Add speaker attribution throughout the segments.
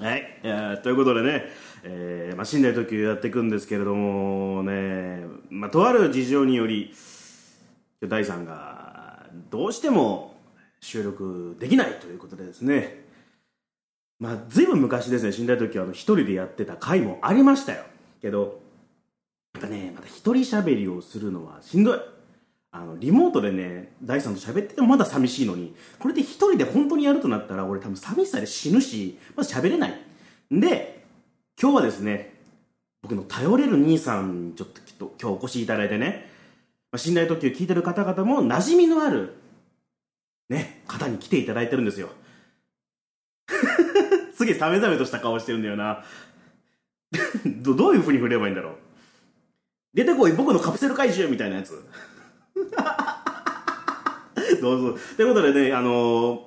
Speaker 1: はい、えーということでね、えーまあ、寝台特急やっていくんですけれどもね、まあ、とある事情により大さんがどうしても収録できないということでですねまあ随分昔ですね寝台特急あの一人でやってた回もありましたよけどやっぱねまた一人喋りをするのはしんどいあのリモートでね大さんと喋っててもまだ寂しいのにこれで一人で本当にやるとなったら俺多分寂しさで死ぬしまず喋れないんで今日はですね僕の頼れる兄さんにちょっときっと今日お越しいただいてね、まあ、信頼特急聞いてる方々も馴染みのあるね方に来ていただいてるんですよ すげえサメサメとした顔してるんだよな どどういうふうに振ればいいんだろう出てこい僕のカプセル怪獣みたいなやつ どうぞ。ということでね、あのー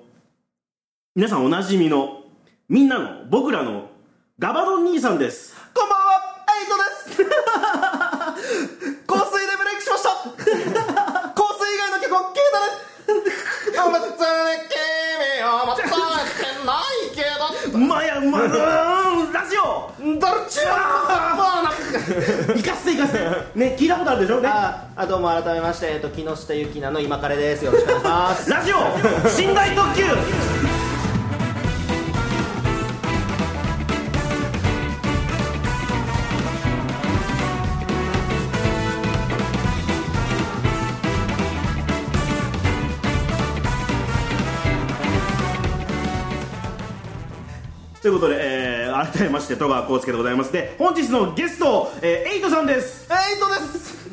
Speaker 1: 皆さんおなじみの、みんなの、僕らの、ガバドン兄さんです。
Speaker 2: こんばんは、エイトです。香水でブレイクしました。香水以外の曲は消えたね。別に君を求めてないけど。
Speaker 1: まやまや、ラジオ
Speaker 2: ドルチアガッバーナ。
Speaker 1: 行かせて行かせて。ね、聞いたことあるでしょね。
Speaker 2: あ、あどうも改めまして、えっと木下ゆきなの今彼です。よろしくお願いします。
Speaker 1: ラジオ、寝台特急ということで、えー、改めまして戸川浩介でございますで本日のゲスト、えー、エイトさんです
Speaker 2: エイトです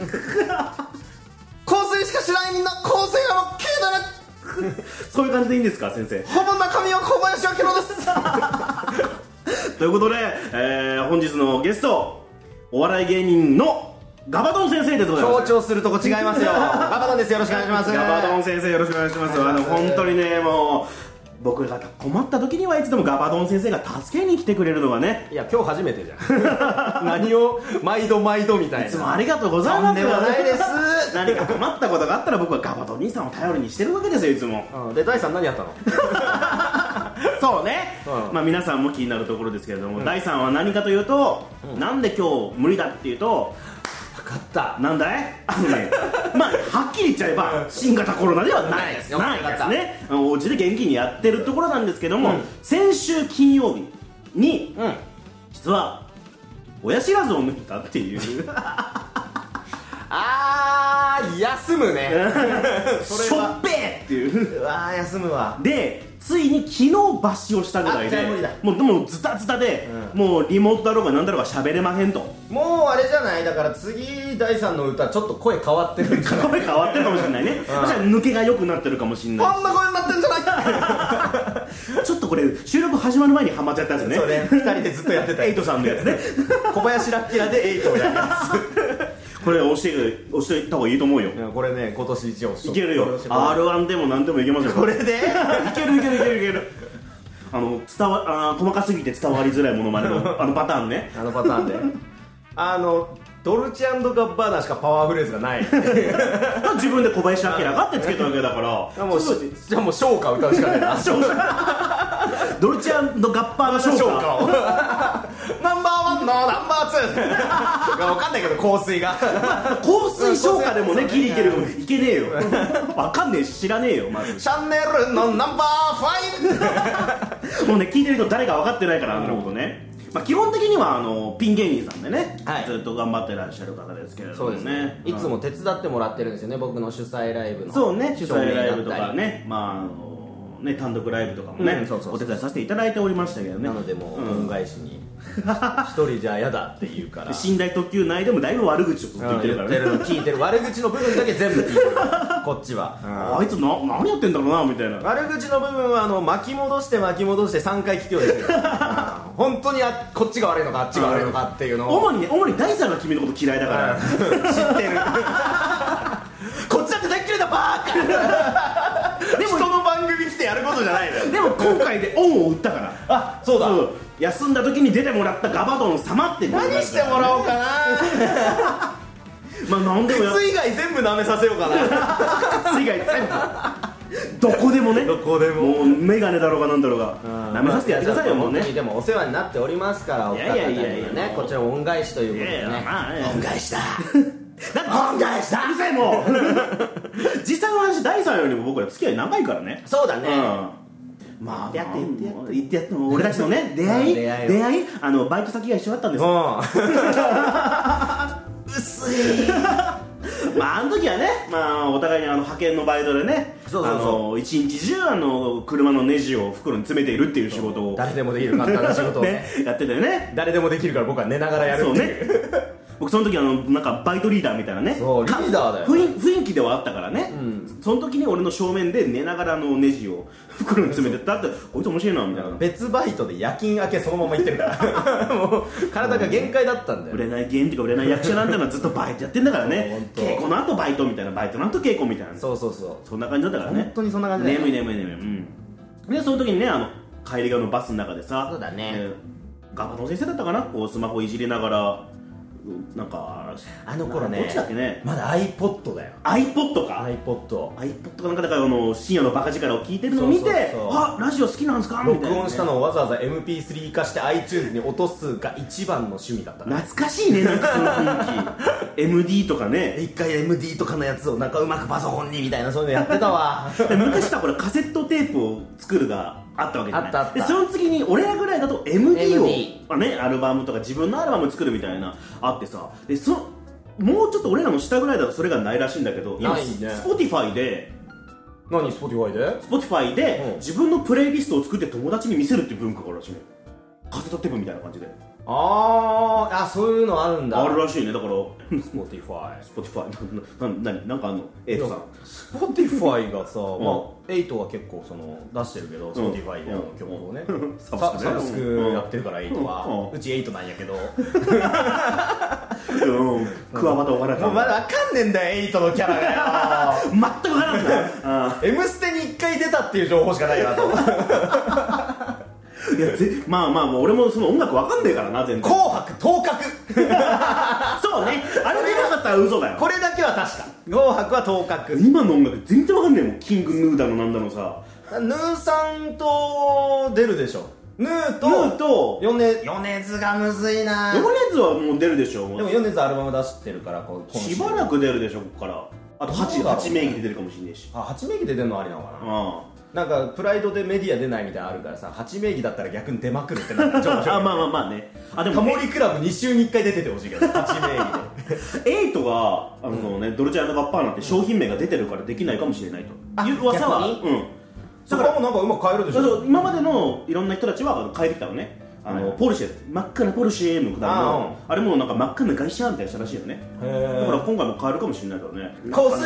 Speaker 2: 香水しかしないみんな香水がもう消えたね
Speaker 1: そういう感じでいいんですか先生
Speaker 2: ほぼ中身は小林明郎です
Speaker 1: ということで、えー、本日のゲストお笑い芸人のガバドン先生でございます
Speaker 2: 強調するとこ違いますよガバドンですよろしくお願いします
Speaker 1: ガバドン先生よろしくお願いしますあの本当にねもう僕らが困った時にはいつでもガバドン先生が助けに来てくれるのがね
Speaker 2: いや今日初めてじゃん 何を毎度毎度みたいない
Speaker 1: つもありがとうございます
Speaker 2: とんでもないです
Speaker 1: 何か困ったことがあったら僕はガバドン兄さんを頼りにしてるわけですよいつも
Speaker 2: うんで大さん何やったの
Speaker 1: そうね、
Speaker 2: うん
Speaker 1: まあ皆さんも気になるところですけれども、第3は何かというと、なんで今日無理だっていうと
Speaker 2: 分かった
Speaker 1: なんだいあのね まあはっきり言っちゃえば新型コロナではないです
Speaker 2: よか
Speaker 1: な
Speaker 2: っ
Speaker 1: い
Speaker 2: た
Speaker 1: ですねあのお家で元気にやってるところなんですけども、先週金曜日に
Speaker 2: うん
Speaker 1: 実は親知らずを抜いたっていう
Speaker 2: あー休むね
Speaker 1: し
Speaker 2: そ
Speaker 1: ょっ
Speaker 2: れは
Speaker 1: ぺーっていう
Speaker 2: うわー休むわ
Speaker 1: でついに昨日抜歯をしたぐらいで
Speaker 2: あじゃあ無理だ
Speaker 1: もうでもズタズタで、
Speaker 2: うん
Speaker 1: もうリモートだろうが何だろうが喋れまへんと
Speaker 2: もうあれじゃないだから次大さんの歌ちょっと声変わってるんじゃない
Speaker 1: 声変わってるかもしれないね、そしたら抜けが良くなってるかもしれない
Speaker 2: こんな声になってんじゃない
Speaker 1: ちょっとこれ収録始まる前にハマっちゃったんですよ
Speaker 2: そう
Speaker 1: ね
Speaker 2: ね二人でずっとやってた
Speaker 1: エイトさんのやつね
Speaker 2: 小林ラッキラでエイトをやるや
Speaker 1: これ押して押していった方がいいと思うよ
Speaker 2: ついやこれね今年一応
Speaker 1: いけるよ R1 でも何でもいけますよ
Speaker 2: これ
Speaker 1: い
Speaker 2: で
Speaker 1: けるいけるいけるいけるあの伝わあー細かすぎて伝わりづらいものまでのあのパターンね
Speaker 2: あのパターンであのドルチェガッバーナしかパワーフレーズがない
Speaker 1: 自分で小林明がってつけたわけだから
Speaker 2: もう
Speaker 1: すごい
Speaker 2: じゃあもう昇華歌うしかないな昇
Speaker 1: ドルチェガッパーの昇華
Speaker 2: を ナンバーワンのナンバーツーがわかんないけど香水が
Speaker 1: 香水昇華でもね
Speaker 2: うん
Speaker 1: ギリいけるけどいけねえよわかんねえし知らねえよまず
Speaker 2: シャンネルのナンバーファイ
Speaker 1: もうね聞いてる人誰か分かってないからあんなことね、まあ、基本的にはあのピン芸人さんでね、
Speaker 3: はい
Speaker 1: ずっと頑張ってらっしゃる方ですけれど
Speaker 3: そ
Speaker 1: も
Speaker 3: う
Speaker 1: ね
Speaker 3: ですね、いつも手伝ってもらってるんですよね僕の主催ライブの
Speaker 1: そうね主
Speaker 3: 照明だった
Speaker 1: 催
Speaker 3: り
Speaker 1: ライブとかね,、まああのね単独ライブとかもね、
Speaker 3: うんそうそうそう
Speaker 1: お手伝いさせていただいておりましたけどね
Speaker 3: なのでもう
Speaker 1: うん
Speaker 3: 恩返し に一人じゃ嫌だって言うから
Speaker 1: 寝台特急内でもだいぶ悪口をずっと
Speaker 3: 言
Speaker 1: 言っ
Speaker 3: ってて
Speaker 1: る
Speaker 3: る
Speaker 1: からね、
Speaker 3: 聞いてる悪口の部分だけ全部聞いてるこっちは、
Speaker 1: あいつな何やってんだろうなみたいな
Speaker 3: 悪口の部分はあの巻き戻して巻き戻して3回聞くようにし てる
Speaker 2: 本当にあこっちが悪いのかあっちが悪いのかっていうのを
Speaker 1: 主にね主に第三が君のこと嫌いだから
Speaker 2: 知ってるこっちだって大っ嫌いだバー カでも人の番組来てやることじゃないのよ
Speaker 1: でも今回で恩を売ったから
Speaker 2: あそうだ
Speaker 1: そう休んだ時に出てもらったガバドン様って
Speaker 2: 何してもらおうかな
Speaker 1: まあ何でもやっ
Speaker 2: 靴以外全部舐めさせようかな
Speaker 1: 靴以外全部どこでもね
Speaker 2: どこでも
Speaker 1: もう眼鏡だろうがなんだろうが
Speaker 2: うん
Speaker 1: 舐めさせてやってくださいよもうね
Speaker 2: 本当にでもお世話になっておりますからお二方
Speaker 1: いやい
Speaker 2: には
Speaker 1: やいやいや
Speaker 2: ねこちらも恩返しということでね
Speaker 1: いやいやまあね
Speaker 2: 恩返し
Speaker 1: だ
Speaker 2: だ
Speaker 1: って
Speaker 2: 返し
Speaker 1: うるせえ もう実際の話第3よりも僕は付き合い長いからね
Speaker 2: そうだね
Speaker 1: うんまあ
Speaker 2: やってやってやって
Speaker 1: 言ってやっても俺たちのね出会い
Speaker 2: 出
Speaker 1: 出
Speaker 2: 会
Speaker 1: 会
Speaker 2: い
Speaker 1: い
Speaker 2: を
Speaker 1: あのバイト先が一緒だったんですよ
Speaker 2: う
Speaker 1: まああの時はね、まあ、お互いにあの派遣のバイトでね
Speaker 2: そうそうそう
Speaker 1: あの一日中あの車のネジを袋に詰めているっていう仕事
Speaker 2: ん
Speaker 1: を、
Speaker 2: 誰でもできる簡単な仕事をね
Speaker 1: ね、やってたよね
Speaker 2: 誰でもできるから僕は寝ながらやる
Speaker 1: そう
Speaker 2: ってい
Speaker 1: ね僕その時あのなんかバイトリーダーみたいなね
Speaker 2: そうリーダーだよ
Speaker 1: か雰囲雰囲気ではあったからね、その時に俺の正面で寝ながらあのネジを 袋に詰めてったってこいつ面白いなみたいな
Speaker 2: 別バイトで夜勤明けそのまま行ってるから もう体が限界だったんだよ
Speaker 1: 売れない芸人とか売れない役者なんてのはずっとバイトやってんだから
Speaker 2: そう
Speaker 1: ね
Speaker 2: 本当
Speaker 1: 稽古の後バイトみたいなバイトの後稽古みたいな
Speaker 2: そうそうそ
Speaker 1: そんな感じだったからね
Speaker 2: 本当にそんな感じだよ
Speaker 1: 眠い眠い眠いうんでその時にねあの帰り側のバスの中でさ
Speaker 2: そうだね
Speaker 1: えー学科の先生だったかなこうスマホいじりながらうなんか
Speaker 2: あの頃ね
Speaker 1: どっちだっけね
Speaker 2: うまだ iPod だよ
Speaker 1: iPod か
Speaker 2: iPod
Speaker 1: iPod かなんかだからあの深夜のバカ力を聞いてるのを見て
Speaker 2: そうそうそう
Speaker 1: あラジオ好きなんですかみたいな、
Speaker 2: 録音したのをわざわざ MP3 化して iTunes に落とすが一番の趣味だったから
Speaker 1: 懐かしいねなんかその雰囲 気 MD とかね
Speaker 2: 一回 MD とかのやつをなんかうまくパソコンにみたいなそういうのやってたわ
Speaker 1: で昔さこれカセットテープを作るがあったわけじゃない
Speaker 2: あったあった
Speaker 1: でその次に俺らぐらいだと MD を
Speaker 2: MD
Speaker 1: まあね、アルバムとか自分のアルバム作るみたいなあってさでそもうちょっと俺らの下ぐらいだとそれがないらしいんだけど
Speaker 2: ないね
Speaker 1: 今 Spotify で
Speaker 2: 何 Spotify で
Speaker 1: Spotify
Speaker 2: うん
Speaker 1: で自分のプレイリストを作って友達に見せるっていう文化があるらしいねカセットテープみたいな感じで
Speaker 2: あーあそういうのあるんだ
Speaker 1: あるらしいねだから
Speaker 2: Spotify
Speaker 1: Spotify ななな何なんかあんのエイトさん
Speaker 2: Spotify がさ、
Speaker 1: ん
Speaker 2: まあ、8は結構その出してるけど、Spotify での曲をね、
Speaker 1: うん
Speaker 2: サ
Speaker 1: サ
Speaker 2: ブ
Speaker 1: ブ
Speaker 2: ス
Speaker 1: スクね
Speaker 2: ク,、やってるから8は、う
Speaker 1: うん
Speaker 2: ち8なんやけど、
Speaker 1: うんクワバタおから
Speaker 2: もうまだわかんねえんだよ、8のキャラがよ、
Speaker 1: 全く分からんないあー
Speaker 2: M ステに1回出たっていう情報しかないなと、紅
Speaker 1: いやぜまあまあもう俺もその音楽わかんねえからな全然
Speaker 2: 白、頭角、
Speaker 1: そうねあれ出なかったら嘘だよ
Speaker 2: これだけは確か、紅白は頭角、
Speaker 1: 今の音楽全然わかんねえもんキングヌーだのなんだのさ
Speaker 2: ヌーさんと出るでしょ、ヌーと、
Speaker 1: ヌーと
Speaker 2: ヨネ米津がむずいな、
Speaker 1: ヨネズはもう出るでしょ
Speaker 2: で
Speaker 1: も
Speaker 2: も
Speaker 1: う
Speaker 2: 米津アルバム出してるから、こう今週
Speaker 1: しばらく出るでしょここからあと
Speaker 2: そうだろ
Speaker 1: 8,
Speaker 2: う
Speaker 1: 八名義で出るかもしんねえし
Speaker 2: あ八名義で出るのありなのかな。
Speaker 1: あ
Speaker 2: なんかプライドでメディア出ないみたいなのあるからさ8名義だったら逆に出まくるってなんかちょっと
Speaker 1: ああまあまあまあねあで
Speaker 2: タ
Speaker 1: も
Speaker 2: モリクラブ2週に1回出ててほしいけど8名義で
Speaker 1: エイトがあのその、ねドルチェガッパーナって商品名が出てるからできないかもしれないと
Speaker 2: あ
Speaker 1: いう噂は、う
Speaker 2: 逆
Speaker 1: ん、
Speaker 2: そこはもうなんかうまく変えるでし
Speaker 1: そうそ
Speaker 2: ょ
Speaker 1: う今までのいろんな人たちはあの変えてきたのねあの、
Speaker 2: はいはい
Speaker 1: ポルシェ真っ赤なポルシェのくだり
Speaker 2: あ
Speaker 1: のあれもうなんか真っ赤な外車みたいなしたらしいよね
Speaker 2: へ
Speaker 1: だか
Speaker 2: ー
Speaker 1: ら今回も変えるかもしれないからね
Speaker 2: 香水香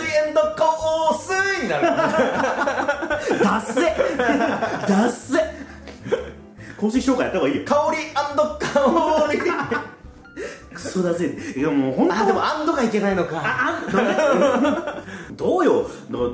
Speaker 2: 水になるからね
Speaker 1: ダッセダッセ香水紹介やった方がいいよ
Speaker 2: 香り香り
Speaker 1: クソだぜいやもう本当
Speaker 2: あでもアンドがいけないのか
Speaker 1: ああダメどうよだから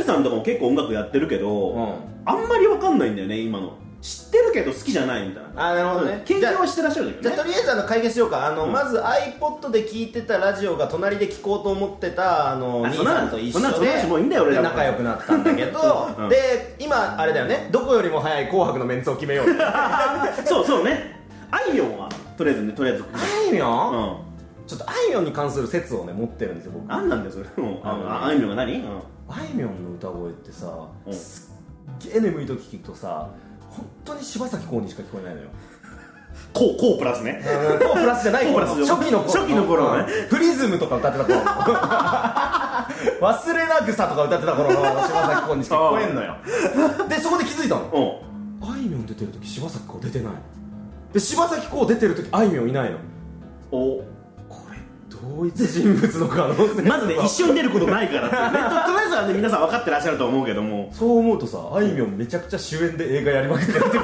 Speaker 1: 第3とかも結構音楽やってるけど、
Speaker 2: うん
Speaker 1: あんまりわかんないんだよね今の知ってるけど好きじゃないみたいな
Speaker 2: あなるほど
Speaker 1: う
Speaker 2: ね
Speaker 1: ん経
Speaker 2: じゃあ
Speaker 1: 験はしてらっしゃるん
Speaker 2: じ
Speaker 1: だ
Speaker 2: ゃあ
Speaker 1: よ
Speaker 2: と
Speaker 1: ね
Speaker 2: りあえずあの会議しようかあの、
Speaker 1: うん
Speaker 2: まず iPod で聞いてたラジオが隣で聞こうと思ってたあの
Speaker 1: あ
Speaker 2: 兄
Speaker 1: そんな
Speaker 2: さんと一
Speaker 1: そ
Speaker 2: 緒
Speaker 1: んなそんな
Speaker 2: で
Speaker 1: 話もういいんだよ俺
Speaker 2: で
Speaker 1: ら
Speaker 2: 仲良くなったんだけど、
Speaker 1: うん
Speaker 2: で今あれだよねどこよりも早い「紅白」のメンツを決めようって あ
Speaker 1: そうそうねあいみょんはとりあえずねとりあえず
Speaker 2: いみょ ん、
Speaker 1: う
Speaker 2: ちょっとあいみょんに関する説をね持ってるんですよ僕
Speaker 1: ん、なんなんだよそれうんあのああいみょんが何、うん、
Speaker 2: あいみょんの歌声ってさ、
Speaker 1: うん
Speaker 2: すっげえ眠い時聞くとさ本当に柴咲コウにしか聞こえないのよ
Speaker 1: こうこうプラスね
Speaker 2: コウプラスじゃない頃の
Speaker 1: コウプラス
Speaker 2: 初期の頃
Speaker 1: 初期の頃ね
Speaker 2: うんプリズムとか歌ってた頃忘れな草とか歌ってた頃の柴咲コウにしか聞こえんのよでそこで気づいたの
Speaker 1: うん
Speaker 2: あいみょん出てる時柴咲コウ出てないで柴咲コウ出てる時あいみょんいないの
Speaker 1: お
Speaker 2: これ同一人物の可能性
Speaker 1: まずね一緒に出ることないからっていうねととりあえずはね皆さん分かってらっしゃると思うけども
Speaker 2: そう思うとさあいみょんめちゃくちゃ主演で映画やりまくってるって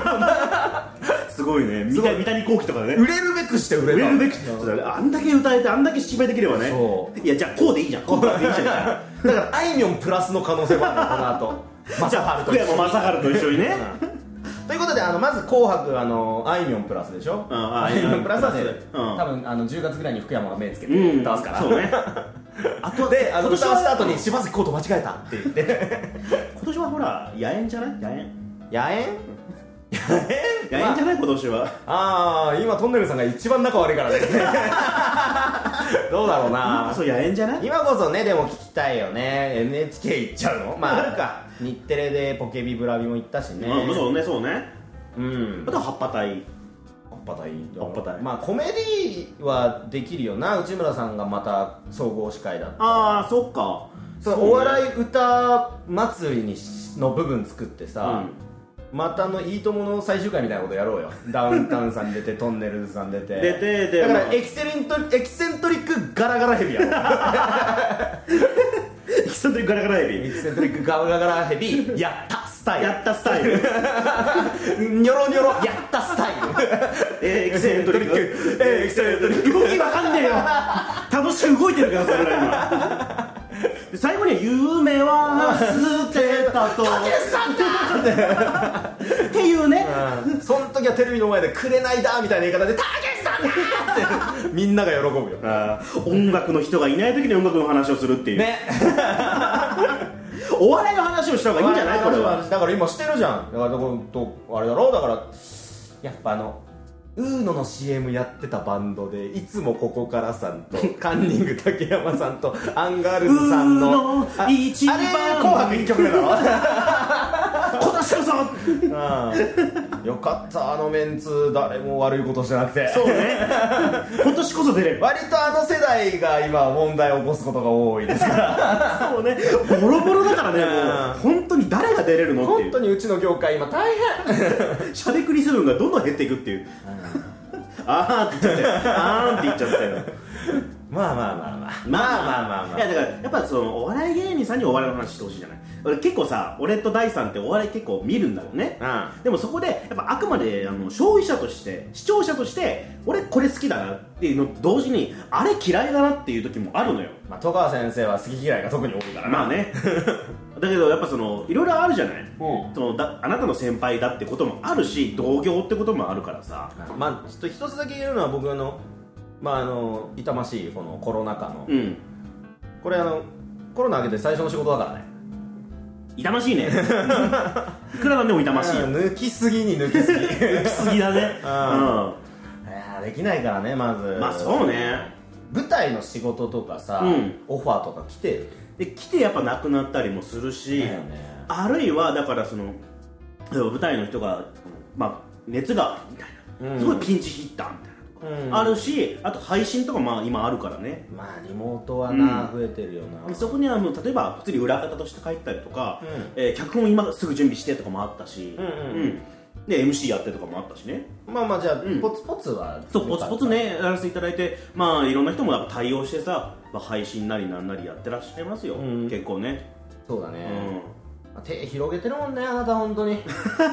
Speaker 1: すごいね三
Speaker 2: ごい
Speaker 1: 谷幸喜とかでね
Speaker 2: 売れるべくして売
Speaker 1: 売
Speaker 2: れた
Speaker 1: れるべきそう だねあんだけ歌えてあんだけ芝居できればね
Speaker 2: そ
Speaker 1: いやじゃあこうでいいじゃんこうプラスでいいじゃんじゃあ
Speaker 2: だからあいみょんプラスの可能性もあるのこの後
Speaker 1: じゃあ福
Speaker 2: 正治
Speaker 1: 山雅治と一緒にね
Speaker 2: ということであのまず「紅白」あのあいみょんプラスでしょ
Speaker 1: うんあ
Speaker 2: あいみょんプラスはね
Speaker 1: うん
Speaker 2: 多分あの10月ぐらいに福山が目つけ
Speaker 1: う
Speaker 2: て
Speaker 1: ん
Speaker 2: 歌わすから
Speaker 1: そうねあとは
Speaker 2: であの
Speaker 1: 今年
Speaker 2: 歌
Speaker 1: は
Speaker 2: わした後に柴咲コウと間違えたって言 って
Speaker 1: 今年はほら野猿じゃない野猿
Speaker 2: 野縁
Speaker 1: 野 猿じゃない今年は
Speaker 2: ああ今トンネルさんが一番仲悪いからね どうだろう
Speaker 1: あ
Speaker 2: な
Speaker 1: そう野猿じゃない
Speaker 2: 今こそねでも聞きたいよね NHK 行っちゃうのまああるか日テレでポケビブラビも行ったしね
Speaker 1: まあそうねそうね
Speaker 2: うん
Speaker 1: あとは葉っぱ隊
Speaker 2: 葉っぱ大
Speaker 1: 葉っぱ大
Speaker 2: まあコメディはできるよな内村さんがまた総合司会だった
Speaker 1: ああそっか
Speaker 2: そう
Speaker 1: ね
Speaker 2: お笑い歌祭りにしの部分作ってさ、またあの「いいとも!」の最終回みたいなことや ろうよダウンタウンさん出てトンネルズさん出て
Speaker 1: 出てで
Speaker 2: だか
Speaker 1: ま
Speaker 2: ら
Speaker 1: あ
Speaker 2: エキセレントエキセントリックガラガラヘビやろ
Speaker 1: エキセントリックガラガラエ
Speaker 2: エキ
Speaker 1: ビ
Speaker 2: セントリックガラガラヘビやったスタイル
Speaker 1: やったスタイル
Speaker 2: ニョロニョロやったスタイル
Speaker 1: えーエキセントリック
Speaker 2: えーエキセントリック
Speaker 1: 動きわかんねえよ楽しく動いてるからそれぐらい今で最後には夢は捨てたとっていうね
Speaker 2: うんその時はテレビの前で「くれないだ」みたいな言い方で「たけしさんだ!」ってみんなが喜ぶよ
Speaker 1: あー音楽の人がいない時に音楽の話をするっていう、
Speaker 2: ね
Speaker 1: お笑いの話をした方がいいんじゃないこれは
Speaker 2: だから今してるじゃんだからだからあれだろだからやっぱあのウーノの CM やってたバンドでいつもここからさん とカンニング竹山さんとアンガールズさんの
Speaker 1: ウーノ
Speaker 2: あ
Speaker 1: 一番
Speaker 2: あれ紅白1曲目だろ
Speaker 1: 今年こそ
Speaker 2: うんよかったあのメンツ誰も悪いことしてなくて
Speaker 1: そうね今年こそ出れば
Speaker 2: 割とあの世代が今問題を起こすことが多いですから
Speaker 1: そうねボロボロだからねも
Speaker 2: う
Speaker 1: う本当に誰が出れるのってい
Speaker 2: 本
Speaker 1: う
Speaker 2: 当にうちの業界今大変
Speaker 1: しゃべくりするのがどんどん減っていくっていうあーって言っちゃってあーって言っちゃったよ
Speaker 2: まあまあまあまあまあまあまあまあ
Speaker 1: いやだからやっぱそのお笑い芸人さんにお笑いの話してほしいじゃない俺結構さ俺と大さんってお笑い結構見るんだよね、
Speaker 2: う
Speaker 1: でもそこでやっぱあくまであの消費者として視聴者として俺これ好きだなっていうのと同時にあれ嫌いだなっていう時もあるのよ
Speaker 2: まあ、戸川先生は好き嫌いが特に多いからな、
Speaker 1: まあ ねだけどやっぱそのいろいろあるじゃない、
Speaker 2: ん
Speaker 1: そのだあなたの先輩だってこともあるし同業ってこともあるからさ
Speaker 2: まあ、ちょっと一つだけ言えるのは僕あの、まあ、あの痛ましいこのコロナ禍の、
Speaker 1: うん
Speaker 2: これあのコロナ明けて最初の仕事だからね
Speaker 1: 痛まし いねいくらなんでも痛ましいよ
Speaker 2: うん抜きすぎに抜きすぎ い
Speaker 1: 行き過ぎだねう
Speaker 2: う
Speaker 1: ん
Speaker 2: んやーできないからねまず
Speaker 1: まあそうね
Speaker 2: 舞台の仕事とかさ、
Speaker 1: うん
Speaker 2: オファーとか来てる
Speaker 1: で来てやっぱ亡くなったりもするし、
Speaker 2: だよね
Speaker 1: あるいはだからその例えば舞台の人が、まあ、熱がみたいな、
Speaker 2: うん
Speaker 1: すごいピンチヒッターみたいなのとか、
Speaker 2: うん
Speaker 1: あるしあと配信とかまあ今あるからね
Speaker 2: まあリモートはな、増えてるよな
Speaker 1: そこにはもう例えば普通に裏方として帰ったりとか、
Speaker 2: うん
Speaker 1: えー脚本今すぐ準備してとかもあったし、
Speaker 2: うんうん
Speaker 1: うんで MC やってとかもあったしね
Speaker 2: まあまあじゃあ、
Speaker 1: ん
Speaker 2: ポツポツは
Speaker 1: そうポツポツねやらせていただいてまあいろんな人もやっぱ対応してさ、まあ、配信なりなんなりやってらっしゃいますよ、
Speaker 2: ん
Speaker 1: 結構ね、
Speaker 2: そうだ
Speaker 1: う
Speaker 2: ね、
Speaker 1: ん
Speaker 2: まあ手広げてるもんねあなた本 当にそれ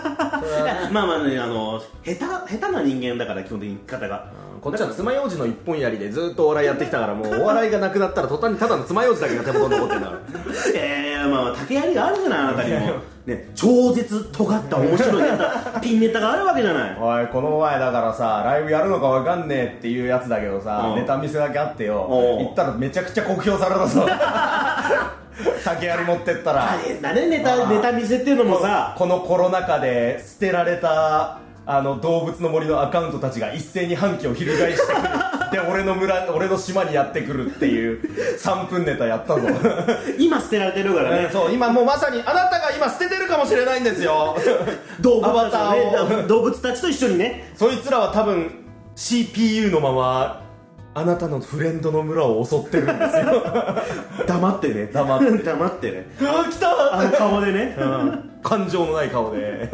Speaker 2: はね
Speaker 1: まあまあねあの下手下手な人間だから基本的に生き方が
Speaker 2: こっちは爪楊枝の一本槍でずっとお笑いやってきたからもうお笑いがなくなったら途端にただの爪楊枝だけが手元に残ってるんだから
Speaker 1: えー、まあ竹槍があるじゃないあなたにも、ね、超絶尖った面白いネタ ピンネタがあるわけじゃない
Speaker 2: おいこの前だからさライブやるのかわかんねえっていうやつだけどさ、
Speaker 1: うん
Speaker 2: ネタ見せだけあってよ
Speaker 1: おう
Speaker 2: 行ったらめちゃくちゃ酷評された ぞ竹槍持ってったら
Speaker 1: あれだねネ
Speaker 2: あ
Speaker 1: タ
Speaker 2: ー
Speaker 1: ネタ見せっていうのもさ
Speaker 2: このコロナ禍で捨てられたあの動物の森のアカウントたちが一斉に反旗を翻してくるで俺の村 俺の島にやってくるっていう3分ネタやったぞ
Speaker 1: 今捨てられてるから
Speaker 2: ね
Speaker 1: ね、
Speaker 2: そう今もうまさにあなたが今捨ててるかもしれないんです よ
Speaker 1: 動物たち
Speaker 2: アバ
Speaker 1: と
Speaker 2: タ
Speaker 1: ね動物たちと一緒にね
Speaker 2: そいつらは多分 CPU のままあなたのフレンドの村を襲ってるんですよ
Speaker 1: 黙ってね
Speaker 2: 黙って
Speaker 1: 黙ってね
Speaker 2: あ来た
Speaker 1: あの顔でね、
Speaker 2: 感情のない顔で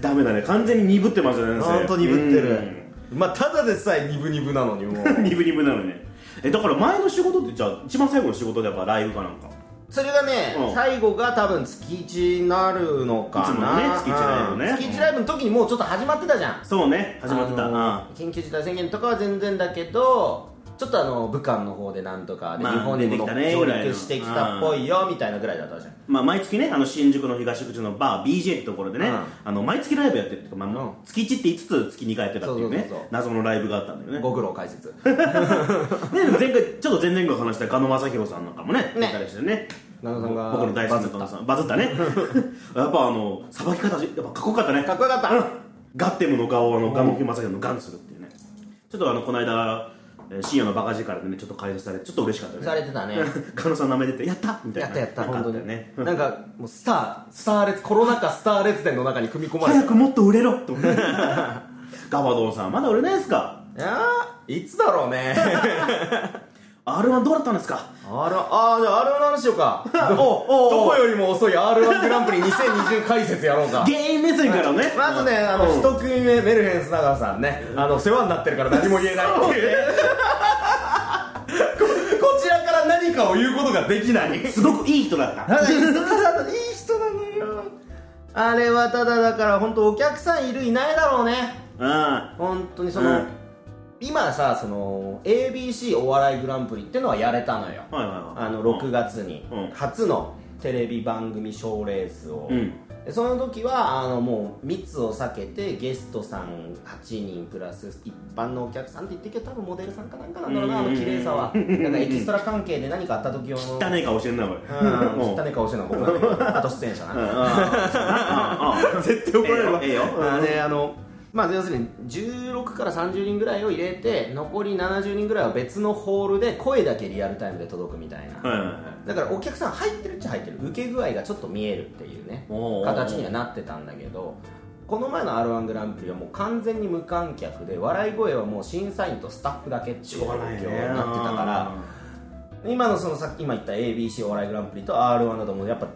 Speaker 1: ダメだね完全に鈍ってますよね
Speaker 2: 本当に鈍って
Speaker 1: う
Speaker 2: る
Speaker 1: ん
Speaker 2: まあただでさえニブニブなのにもう
Speaker 1: 鈍鈍なのねえだから前の仕事ってじゃあ一番最後の仕事でやっぱライブかなんか
Speaker 2: それがね、
Speaker 1: うん
Speaker 2: 最後が多分月1になるのか
Speaker 1: いつも
Speaker 2: な
Speaker 1: のね月一ライブね
Speaker 2: うん月1ライブの時にもうちょっと始まってたじゃん
Speaker 1: そうね始まってた、
Speaker 2: あのー緊急事態宣言とかは全然だけどちょっとあの武漢の方でなんとかで、
Speaker 1: まあ
Speaker 2: 日本にも
Speaker 1: 出てきたね
Speaker 2: 上陸してきたっぽいよみたいなぐらいだったじゃん
Speaker 1: まあ、毎月ねあの新宿の東口のバー BJ ってところでね、
Speaker 2: うん
Speaker 1: あの毎月ライブやってるっていうか、まあ
Speaker 2: うん
Speaker 1: 月1って言いつつ月2回やってたっていうね
Speaker 2: そうそうそうそう
Speaker 1: 謎のライブがあったんだよね
Speaker 2: ご苦労解 説
Speaker 1: で前回ちょっと前々回話した狩野正弘さんなんかもね出たりしてね
Speaker 2: 狩野さんが
Speaker 1: 僕の大好きな狩野さんバズった ねやっぱあのさばき方やっぱかっこよかったね
Speaker 2: かっこよかった、
Speaker 1: ガッテムの顔をあのガモキ正弘のガンするっていうねちょっとあのこの間えー深夜のバカ力でねちょっと解説されてちょっと嬉しかったね
Speaker 2: されてた ね
Speaker 1: 狩野さん舐めててやったみたいな
Speaker 2: やったやった
Speaker 1: なんかあ
Speaker 2: 本当
Speaker 1: よ
Speaker 2: に
Speaker 1: ね
Speaker 2: なんかもうスタースター列コロナ禍スター列伝の中に組み込まれ
Speaker 1: 早
Speaker 2: た
Speaker 1: くもっと売れろとガバドンさんまだ売れないですか
Speaker 2: いやーいつだろうね
Speaker 1: R1 どうだったんですか
Speaker 2: R1 あーじゃあ R1 の話しよう かど
Speaker 1: おお
Speaker 2: どこよりも遅い R1 グランプリ2020解説やろうか
Speaker 1: 芸人目線からね
Speaker 2: まずね、あの、
Speaker 1: うん
Speaker 2: 一組目、メルヘン砂川さんね、あの、世話になってるから何も言えないっていうね ここちらから何かを言うことができない。
Speaker 1: すごくいい人だ った
Speaker 2: ただいい人なのよ。あれはただだから、本当お客さんいるいないだろうね。
Speaker 1: うん
Speaker 2: 本当にそうの、
Speaker 1: ん
Speaker 2: 今さ、その、ABC お笑いグランプリってのはやれたのよ。
Speaker 1: はいはいはい
Speaker 2: あの、6月に
Speaker 1: うん、
Speaker 2: 初のテレビ番組賞ーレースを。
Speaker 1: うん
Speaker 2: でその時はあのもう密を避けてゲストさん8人プラス一般のお客さんって言ってけど多分モデルさんかなんかなんだろうなあ
Speaker 1: うんうんう
Speaker 2: の
Speaker 1: ん
Speaker 2: 綺麗 さはなんかエキストラ関係で何かあった時用の
Speaker 1: 汚い顔してんなこれ
Speaker 2: うん
Speaker 1: うん
Speaker 2: 汚い顔してるの僕なんだけ どあと出演者
Speaker 1: うんうん
Speaker 2: な
Speaker 1: うん うん
Speaker 2: 絶対
Speaker 1: 怒られるわ
Speaker 2: ええよええよあであのまあ要するに16から30人ぐらいを入れて残り70人ぐらいは別のホールで声だけリアルタイムで届くみたいな
Speaker 1: はいはいはい
Speaker 2: だからお客さん入ってるっちゃ入ってる受け具合がちょっと見えるっていうね
Speaker 1: おー
Speaker 2: 形にはなってたんだけどこの前の r 1グランプリはもう完全に無観客で笑い声はもう審査員とスタッフだけっていう状況になってたから今のそのさっき今言った ABC お笑いグランプリと r 1だともうやっぱ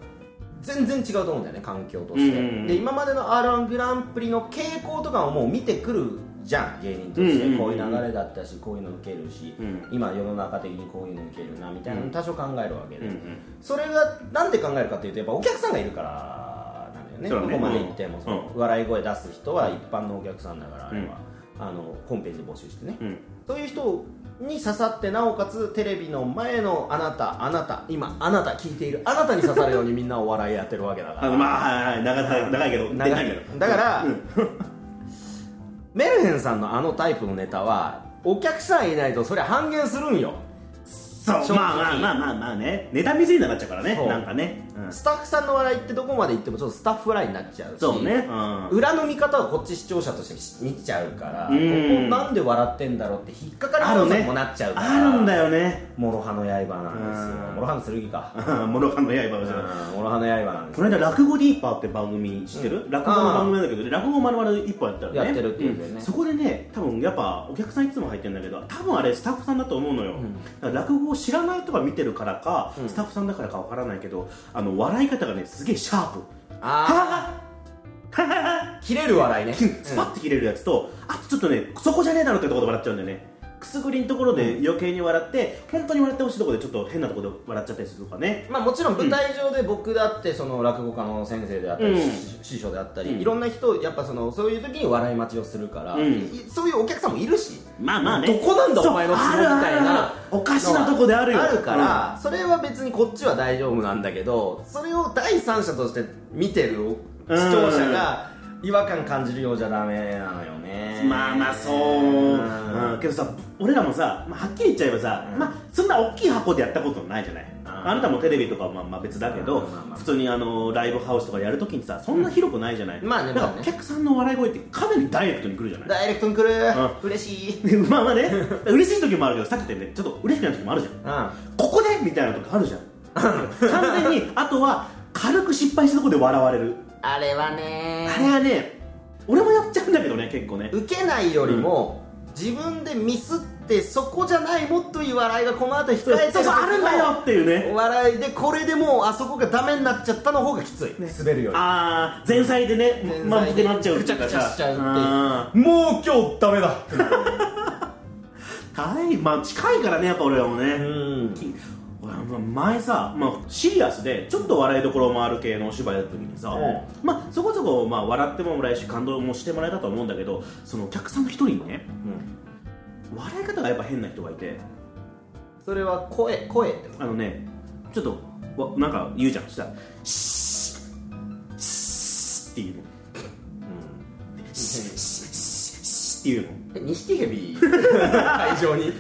Speaker 2: 全然違うと思うんだよね環境として、
Speaker 1: うんうんうん
Speaker 2: で今までの r 1グランプリの傾向とかをもう見てくるじゃん芸人と
Speaker 1: うん
Speaker 2: し
Speaker 1: うんうんう
Speaker 2: て
Speaker 1: ん
Speaker 2: こういう流れだったしこういうの受けるし、
Speaker 1: うん
Speaker 2: 今世の中的にこういうの受けるなみたいなの多少考えるわけで、
Speaker 1: うんうん
Speaker 2: それがなんで考えるかというとやっぱお客さんがいるからなんだよね
Speaker 1: そうだね
Speaker 2: どこまで行っても、
Speaker 1: うん
Speaker 2: その笑い声出す人は一般のお客さんだからあれは、あのホームページで募集してね、
Speaker 1: うん
Speaker 2: そういう人に刺さってなおかつテレビの前のあなたあなた今あなた聞いているあなたに刺さるようにみんなお笑いやってるわけだか
Speaker 1: あ
Speaker 2: ら
Speaker 1: のまあはいはい長い長いけど
Speaker 2: 長
Speaker 1: 出て
Speaker 2: い
Speaker 1: ないけど
Speaker 2: だから、
Speaker 1: うん
Speaker 2: メルヘンさんのあのタイプのネタはお客さんいないとそりゃ半減するんよ
Speaker 1: そうまあまあまあまあまあねネタ見せになっちゃうからね
Speaker 2: そう
Speaker 1: なんかねうん
Speaker 2: スタッフさんの笑いってどこまで行ってもちょっとスタッフ笑いになっちゃうし
Speaker 1: そうねうん
Speaker 2: 裏の見方をこっち視聴者として見ちゃうから、
Speaker 1: うん
Speaker 2: ここなんで笑ってんだろうって引っかかり
Speaker 1: ある
Speaker 2: 話
Speaker 1: ね
Speaker 2: にもなっちゃうから、
Speaker 1: あるんだよね
Speaker 2: 諸刃の刃なんですよ
Speaker 1: うん
Speaker 2: 諸刃の剣か
Speaker 1: うん諸刃の刃じゃない
Speaker 2: 諸刃の刃なんです
Speaker 1: この間落語ディーパーって番組知ってる、落語の番組なんだけど落語を丸々一本やったらね
Speaker 2: やってるっていうんだよね
Speaker 1: そこでね多分やっぱお客さんいつも入ってるんだけど多分あれスタッフさんだと思うのよ、だから落語を知らない人が見てるからか、スタッフさんだからかわからないけどあの笑い方がねすげえシャープ
Speaker 2: あ
Speaker 1: はぁはぁは
Speaker 2: あ切れる笑いね
Speaker 1: ぁスパッて切れるやつと、あとちょっとねそこじゃねえだろってところで笑っちゃうんだよねくすぐりのところで余計に笑って本当に笑ってほしいところでちょっと変なところで笑っちゃったりするとかね
Speaker 2: まあ、もちろん舞台上で僕だってその落語家の先生であったり、
Speaker 1: うん
Speaker 2: し師匠であったり、
Speaker 1: うん
Speaker 2: いろんな人やっぱそのそういう時に笑い待ちをするから、
Speaker 1: うん
Speaker 2: いそういうお客さんもいるし
Speaker 1: まあまあね
Speaker 2: どこなんだ
Speaker 1: そう
Speaker 2: お前のツボみ
Speaker 1: あ
Speaker 2: たい
Speaker 1: るあるあ
Speaker 2: な
Speaker 1: るおかしなとこであるよ
Speaker 2: あるから、それは別にこっちは大丈夫なんだけどそれを第三者として見てる視聴者が違和感感じるようじゃダメなのよね
Speaker 1: まあまあそう、
Speaker 2: うん
Speaker 1: うんけどさ俺らもさ、まあ、はっきり言っちゃえばさ、
Speaker 2: うん
Speaker 1: まあ、そんな大きい箱でやったことないじゃない、
Speaker 2: ん
Speaker 1: あなたもテレビとかはまあまあ別だけど、
Speaker 2: うんまあまあ
Speaker 1: 普通にあのライブハウスとかやるときにさそんな広くないじゃない、
Speaker 2: うんまあね
Speaker 1: だから
Speaker 2: まあね
Speaker 1: お客さんの笑い声ってかなりダイレクトに来るじゃない
Speaker 2: ダイレクトに来る、
Speaker 1: ん
Speaker 2: 嬉しい、うん、
Speaker 1: で まあまあね嬉しい時もあるけどさっき言ったようにちょっと嬉しくない時もあるじゃん
Speaker 2: あ
Speaker 1: ここでみたいなとこあるじゃん完全にあとは軽く失敗したとこで笑われる
Speaker 2: れはね
Speaker 1: あれはね俺もやっちゃうんだけどね結構ね
Speaker 2: 受けないよりも、自分でミスってそこじゃないもっといい笑いがこの後控えて
Speaker 1: そう
Speaker 2: る時の
Speaker 1: そうあるんだよっていうね
Speaker 2: 笑いでこれでもうあそこがダメになっちゃったの方がきつい、滑るよ
Speaker 1: ああ前菜でね
Speaker 2: 前菜で
Speaker 1: 満腹になっちゃうっていうか
Speaker 2: ぐちゃぐちゃしちゃうっていう
Speaker 1: あ
Speaker 2: りもう今日ダメだ
Speaker 1: ーはいまあ近いからねやっぱ俺らも
Speaker 2: う
Speaker 1: ね、
Speaker 2: ん
Speaker 1: 俺はまあ前さ、まあ、シリアスでちょっと笑いどころもある系のお芝居だった時にさ、
Speaker 2: う
Speaker 1: まあ、そこそこ、まあ、笑ってもらえるし感動もしてもらえたと思うんだけどそのお客さんの一人にね笑い方がやっぱ変な人がいて
Speaker 2: それは声声ってこ
Speaker 1: あのねちょっとわなんか言うじゃんそしたら「シーシーっていうの「シーシーシーシーっていうの
Speaker 2: と錦蛇会場 に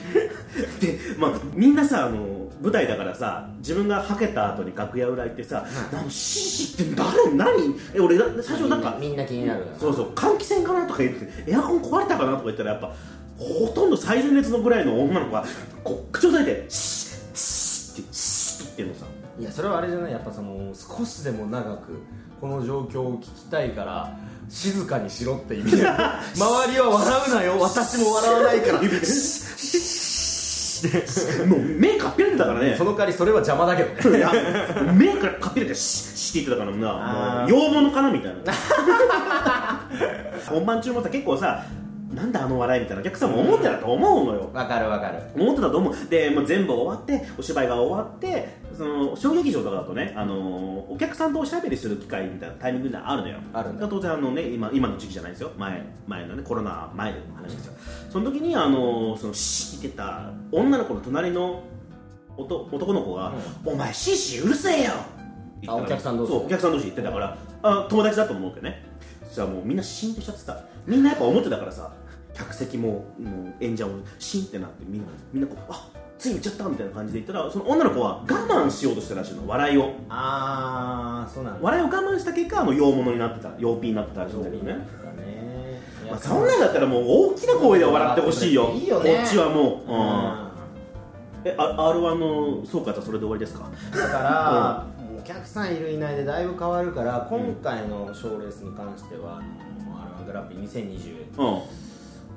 Speaker 1: で、まあ、みんなさあの舞台だからさ自分がはけた後に楽屋裏行ってさ「なんかシーシーって誰何え俺な最初なんか
Speaker 2: みんな気になる
Speaker 1: そうそう換気扇かなとか言ってエアコン壊れたかなとか言ったらやっぱほとんど最初熱のぐらいの女の子がこう口を叩いてシッシッってシッって言ってんのさ
Speaker 2: いやそれはあれじゃないやっぱその少しでも長くこの状況を聞きたいから静かにしろって意 味だ周りは笑うなよ私も笑わないから
Speaker 1: もう目かっぴられてたからね
Speaker 2: その代わりそれは邪魔だけどね
Speaker 1: い や目からかっぴられてシッシッって言ってたからな
Speaker 2: あー
Speaker 1: もう洋物かなみたいな本番中もさ結構さなんだあの笑いみたいなお客さんも思ってたと思うのよ、
Speaker 2: わかるわかる
Speaker 1: 思ってたと思うでもう全部終わってお芝居が終わってその小劇場とかだとね、あのーお客さんとおしゃべりする機会みたいなタイミングがあるのよ
Speaker 2: あるんだ
Speaker 1: 当然あの、ね、今今の時期じゃないですよ前前のねコロナ前の話ですよその時に、あのーそのシーってた女の子の隣の男男の子が「お前シーシーうるせえよ!」って言った
Speaker 2: あお客さん同士
Speaker 1: そうお客さん同士言ってたからあ友達だと思うけどねそしたらもうみんなシーンとしちゃってさみんなやっぱ思ってたからさ客席ももう演者もシーンってなってみんなみんなこうあつい言っちゃったみたいな感じで言ったらその女の子は我慢しようとしたらしいの笑いを
Speaker 2: ああそうなんだ
Speaker 1: 笑いを我慢した結果あの洋物になってた洋ピになってたらしいんだけどね、
Speaker 2: ね
Speaker 1: まあ、そんなんだったらもう大きな声で笑ってほしいよ
Speaker 2: いいよね
Speaker 1: こっちはもう、
Speaker 2: う
Speaker 1: うん
Speaker 2: ん
Speaker 1: えあ R1 の総括はそれで終わりですか
Speaker 2: だから、お客さんいるいないでだいぶ変わるから今回の賞レースに関しては、あの R1 グランプリ2020
Speaker 1: うん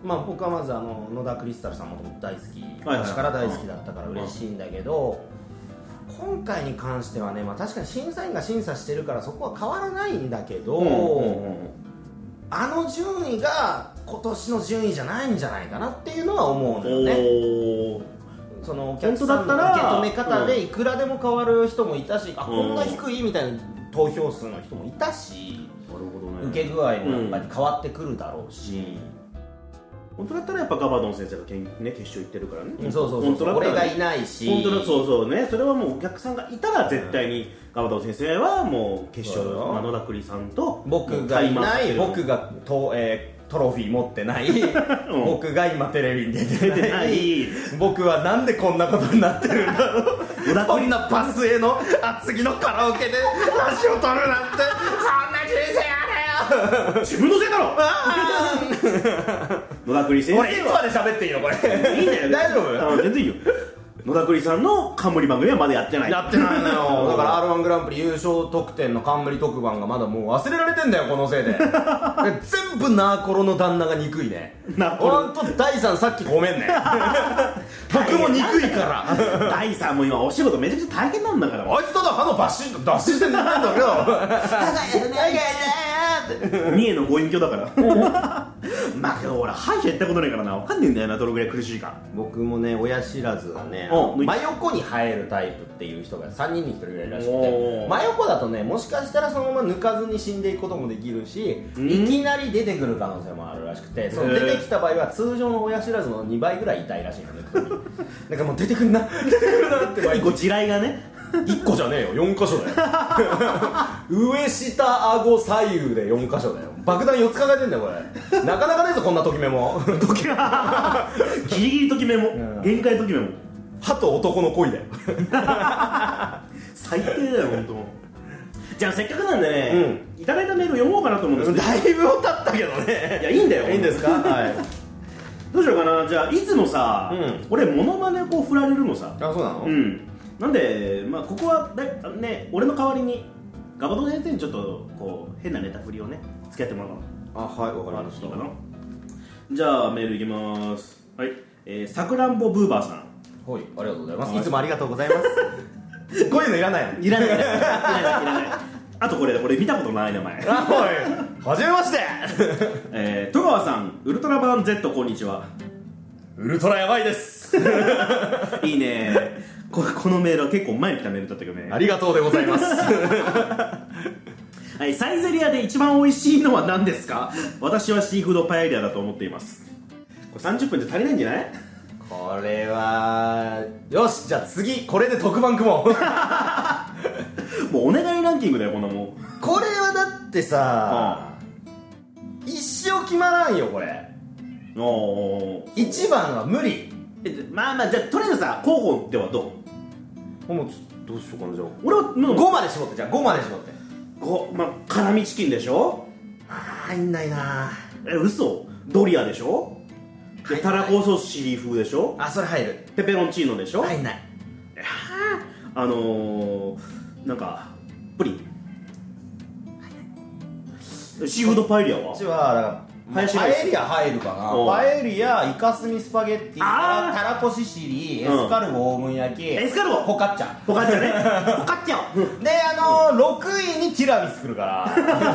Speaker 2: まあ、僕はまずあの野田クリスタルさんもともと大好き
Speaker 1: はい
Speaker 2: 昔から大好きだったから嬉しいんだけど、今回に関してはね、まあ、確かに審査員が審査してるからそこは変わらないんだけど、
Speaker 1: うんうん
Speaker 2: あの順位が今年の順位じゃないんじゃないかなっていうのは思うの
Speaker 1: うん
Speaker 2: よね
Speaker 1: おー
Speaker 2: そのお客さんの受け止め方でいくらでも変わる人もいたし、
Speaker 1: う
Speaker 2: あ
Speaker 1: ん
Speaker 2: こんな低いみたいな投票数の人もいたし、
Speaker 1: なるほどね
Speaker 2: 受け具合もやっぱり変わってくるだろうし。
Speaker 1: 本当だったらやっぱガバドン先生がけん、ね、決勝行ってるからね、
Speaker 2: うんそうそう
Speaker 1: 本
Speaker 2: そ
Speaker 1: 当だ
Speaker 2: う
Speaker 1: った
Speaker 2: 俺
Speaker 1: ら
Speaker 2: が
Speaker 1: ね
Speaker 2: いないし
Speaker 1: 本当だそうそうねそれはもうお客さんがいたら絶対にガバドン先生はもう決勝
Speaker 2: そうよ
Speaker 1: まあ野田栗さんと
Speaker 2: 僕がいない
Speaker 1: もう
Speaker 2: 僕がと、えートロフィー持ってない、
Speaker 1: ん
Speaker 2: 僕が今テレビに出
Speaker 1: 出
Speaker 2: てない
Speaker 1: てない
Speaker 2: 僕はなんでこんなことになってるんだろう
Speaker 1: 野田
Speaker 2: こ
Speaker 1: 栗
Speaker 2: んなパスへの厚木のカラオケで足を取るなんてそんな人生 あれよ
Speaker 1: 自分のせいだろ
Speaker 2: あ
Speaker 1: 野田栗
Speaker 2: ー
Speaker 1: 先
Speaker 2: 俺い
Speaker 1: 生
Speaker 2: つ
Speaker 1: は
Speaker 2: まで喋っていいのこれ
Speaker 1: いいんだよ
Speaker 2: 大丈夫
Speaker 1: あ全然いいよ野田栗さんの冠番組はまだやってない
Speaker 2: やってないの よだから r 1グランプリ優勝特典の冠特番がまだもう忘れられてんだよこのせいでで全部ナーコロの旦那が憎いね
Speaker 1: ナーコロ
Speaker 2: ほんと第三さっきごめんね僕も憎いから
Speaker 1: 第3も今お仕事めちゃくちゃ大変なんだから
Speaker 2: あいつただ歯のバシッと脱してんだんだけど
Speaker 1: 三重のご隠居だからまあけど俺歯医者行ったことないからな分かんねえんだよなどのぐらい苦しいか
Speaker 2: 僕もね親知らずがね
Speaker 1: おう
Speaker 2: 真横に生えるタイプっていう人が3人に1人ぐらいいるらしく
Speaker 1: お
Speaker 2: て
Speaker 1: う
Speaker 2: 真横だとねもしかしたらそのまま抜かずに死んでいくこともできるしいきなり出てくる可能性もあるらしくてその
Speaker 1: へえ
Speaker 2: 出てきた場合は通常の親知らずの2倍ぐらい痛いらしいのね首 なんかもう出てくんな出てくんなって毎
Speaker 1: 結
Speaker 2: 日
Speaker 1: 構地雷が ね
Speaker 2: 1個じゃねえよ4箇所 だよ上下顎左右で4箇所だよ爆弾4つ抱えてんだよこれなかなかねえぞこんなときめ も
Speaker 1: 時がギリギリときめも、
Speaker 2: うん
Speaker 1: 限界ときめも
Speaker 2: 歯と男の恋だよ
Speaker 1: 最低だよ本当。じゃあせっかくなんでね、いただいたメールを読もうかなと思うんですけど、
Speaker 2: だいぶ経ったけどね
Speaker 1: いやいいんだよ
Speaker 2: いいんですかはい
Speaker 1: どうしようかなじゃあいつもさ、
Speaker 2: うん
Speaker 1: 俺モノマネをこう振られるのさ
Speaker 2: あそうなの、
Speaker 1: うんなんでまあここはだね俺の代わりにガバド先生にちょっとこう変なネタ振りをね付き合ってもらおうかな
Speaker 2: あはいわかりまし
Speaker 1: いい
Speaker 2: た
Speaker 1: かなじゃあメールいきますはいえーさくらんぼブーバーさん
Speaker 2: はいありがとうございます、
Speaker 1: はい
Speaker 2: い、つもありがとうございます こういうのいらないの
Speaker 1: いらないいらないいらないいらないあとこれ俺見たことない名前
Speaker 2: あはいはじめまして
Speaker 1: えー、戸川さんウルトラバーン Z こんにちは
Speaker 2: ウルトラヤバいです
Speaker 1: いいねここのメールは結構前に来たメールだったけどね
Speaker 2: ありがとうでございます
Speaker 1: はい、サイゼリアで一番美味しいのは何ですか私はシーフードパエリアだと思っていますこれ30分じゃ足りないんじゃない
Speaker 2: これはよしじゃあ次これで特番組もう
Speaker 1: もうお願いランキングだよこんなもん
Speaker 2: これはだってさ、一生決まらんよこれ
Speaker 1: おー
Speaker 2: 1番は無理
Speaker 1: えまあまあじゃあとりあえずさ候補ではどう
Speaker 2: もうちょ
Speaker 1: どうしようかなじゃあ俺はもう
Speaker 2: 5まで絞ってじゃあ5まで絞って
Speaker 1: ごまあ辛味チキンでしょ
Speaker 2: 入んないな
Speaker 1: え嘘ドリアでしょでたらこソースシリー風でしょ
Speaker 2: あそれ入る
Speaker 1: ペペロンチーノでしょ、
Speaker 2: 入んない
Speaker 1: あのー、なんかプリンシーフードパエリアは
Speaker 2: こっちはだからまあ
Speaker 1: 林
Speaker 2: パ
Speaker 1: ライス
Speaker 2: エリア入るかな
Speaker 1: おう
Speaker 2: パエリアイカスミスパゲッティ
Speaker 1: あー
Speaker 2: たらこシシリエ
Speaker 1: うん
Speaker 2: スカルゴオーブン焼き
Speaker 1: エスカルゴ
Speaker 2: ホカッチャ
Speaker 1: ポカッチャ ねポカッチャうん
Speaker 2: であのー、6位にティラミス来るから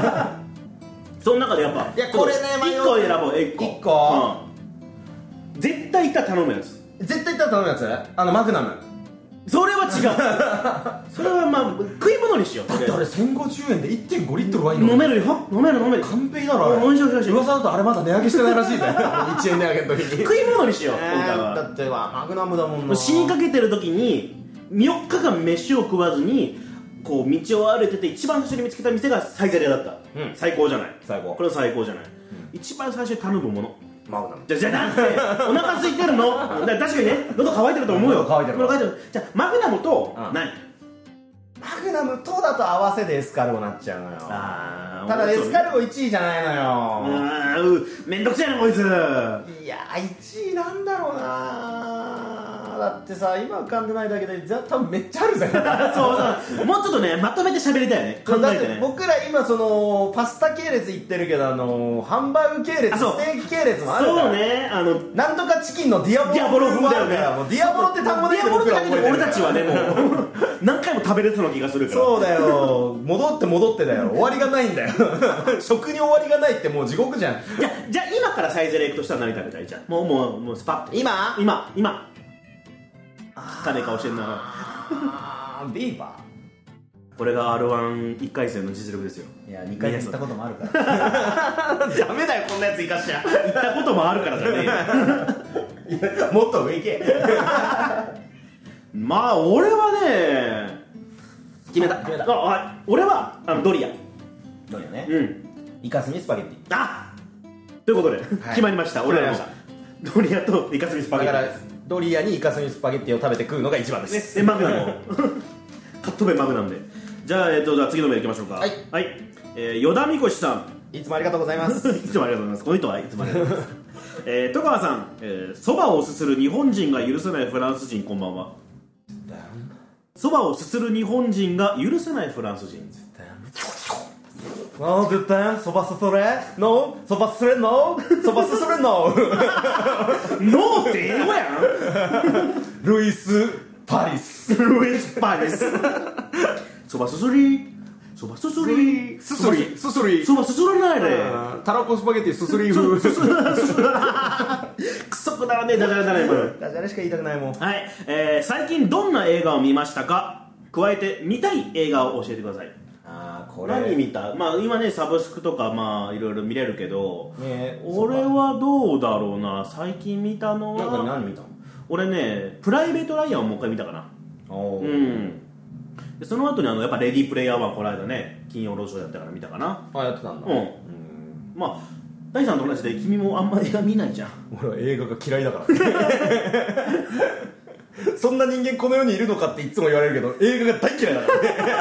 Speaker 1: その中でやっぱ
Speaker 2: いやこれね迷う
Speaker 1: 1個選ぼう1個
Speaker 2: 一個、
Speaker 1: うん絶対いたら頼むやつ
Speaker 2: 絶対行ったら頼むやつあのマグナム
Speaker 1: それは違 うそれはまあ食い物にしよう
Speaker 2: だってあれ1050円で1.5リットルワイン
Speaker 1: 飲
Speaker 2: の
Speaker 1: めるよ飲める飲める
Speaker 2: 完璧だろあれ
Speaker 1: 美味しい美味しい美味しい
Speaker 2: 噂だとあれまだ値上げしてないらしい ぜ1円値上げの時に
Speaker 1: 食い物にしよう
Speaker 2: え
Speaker 1: 今回
Speaker 2: ー だ
Speaker 1: は
Speaker 2: ってわマグナムだもんな
Speaker 1: 死にかけてる時に4日間飯を食わずにこう道を歩いてて一番最初に見つけた店がサイゼリアだった、
Speaker 2: うん
Speaker 1: 最高じゃない
Speaker 2: 最高
Speaker 1: これは最高じゃない、一番最初に頼むもの
Speaker 2: マグナム
Speaker 1: じゃじゃなくてお腹空いてるのだ確かにね喉乾いてると思うよ
Speaker 2: 喉乾いてる
Speaker 1: 喉じゃあマグナムと
Speaker 2: うん
Speaker 1: 何
Speaker 2: マグナムとだと合わせでエスカルゴなっちゃうのよ
Speaker 1: あー
Speaker 2: ただエ
Speaker 1: そう
Speaker 2: スカルゴ1位じゃないのよ
Speaker 1: あーうーめんどくせえなこいつ
Speaker 2: いやー1位なんだろうなだってさ今浮かんでないだけで絶対めっちゃあるぜ
Speaker 1: そうそうもうちょっとねまとめて喋りたいよ ね考
Speaker 2: だっ
Speaker 1: えて
Speaker 2: て
Speaker 1: ね
Speaker 2: 僕ら今そのパスタ系列行ってるけどあのーハンバーグ系列
Speaker 1: あ
Speaker 2: ス
Speaker 1: そう
Speaker 2: テーキ系列もあるから
Speaker 1: そうねあの
Speaker 2: なんとかチキンのディアボロ
Speaker 1: ディアボロ
Speaker 2: 風も
Speaker 1: 風
Speaker 2: あ
Speaker 1: だよ
Speaker 2: るか
Speaker 1: ね
Speaker 2: らもうディアボロって単語だ
Speaker 1: ディア
Speaker 2: けで
Speaker 1: ボロっ
Speaker 2: 僕
Speaker 1: て
Speaker 2: ら
Speaker 1: だけで
Speaker 2: 覚えてる
Speaker 1: 俺たちは ねもう何回も食べれそうな気がするから
Speaker 2: そうだよ戻って戻ってだよ終わりがないんだよ 食に終わりがないってもう地獄じゃん
Speaker 1: じゃあじゃあ今からサイゼリヤ行くとしたら何食べたいじゃんもうもうもうスパッと
Speaker 2: 今
Speaker 1: 今今汚い顔してんな
Speaker 2: あービーバ
Speaker 1: これが r 1 1回戦の実力ですよ
Speaker 2: ーいや2回
Speaker 1: いや
Speaker 2: 行
Speaker 1: そ
Speaker 2: っ
Speaker 1: う
Speaker 2: たこともあるから ダメだよこんなやつ生かしちゃ
Speaker 1: 行ったこともあるからじゃねえよ
Speaker 2: もっと上行け
Speaker 1: まあ俺はね
Speaker 2: 決めた決め
Speaker 1: ああ俺はあのドリア
Speaker 2: どうよね
Speaker 1: うん
Speaker 2: イカスミスパゲッティ
Speaker 1: あということで、決まりました俺らの
Speaker 2: 決ま
Speaker 1: ドリアとイカスミスパ
Speaker 2: だ
Speaker 1: ゲッ
Speaker 2: か
Speaker 1: ティ
Speaker 2: らドリアにイカスミスパゲッティを食べて食うのが一番で
Speaker 1: ね
Speaker 2: す、
Speaker 1: でマグナ ムをカット弁マグナムでじゃあ,、えっとじゃあ次のメールいきましょうか
Speaker 2: はい、
Speaker 1: えー、与田美越さん
Speaker 2: いつもありがとうございます
Speaker 1: いつもありがとうございますこの人はいつもありがとうございますえー、戸川さんえーそば、をすする日本人が許せないフランス人こんばんはそばをすする日本人が許せないフランス人
Speaker 2: あー絶対そばすそれのそばすれのそばすそれの
Speaker 1: ノーって英語やん
Speaker 2: ルイス・パリス
Speaker 1: ルイス・パリスそばすすりそばすすり
Speaker 2: すすりすすり
Speaker 1: そばすすらないで
Speaker 2: たらこスパゲッティすすり
Speaker 1: そ
Speaker 2: 風
Speaker 1: すす すすくそくだらねえダジャレだねこれ
Speaker 2: ダジャレしか言いたくないもん
Speaker 1: はい、えー最近どんな映画を見ましたか加えて見たい映画を教えてください
Speaker 2: ああこれ
Speaker 1: 何見たまあ今ねサブスクとかまあいろいろ見れるけど、
Speaker 2: ね
Speaker 1: 俺はどうだろうな最近見たの
Speaker 2: なんか
Speaker 1: は
Speaker 2: 何見たの
Speaker 1: 俺ねプライベート・ライアンをもう一回見たかな
Speaker 2: お
Speaker 1: う
Speaker 2: ー
Speaker 1: んでその後にあのやっぱ「レディープレイヤー1」この間ね金曜ロードショーやったから見たかな
Speaker 2: あやってたんだ
Speaker 1: うん
Speaker 2: ん
Speaker 1: まあ大さんと同じで君もあんま映画見ないじゃん
Speaker 2: 俺は映画が嫌いだから そんな人間この世にいるのかっていつも言われるけど映画が大嫌いだ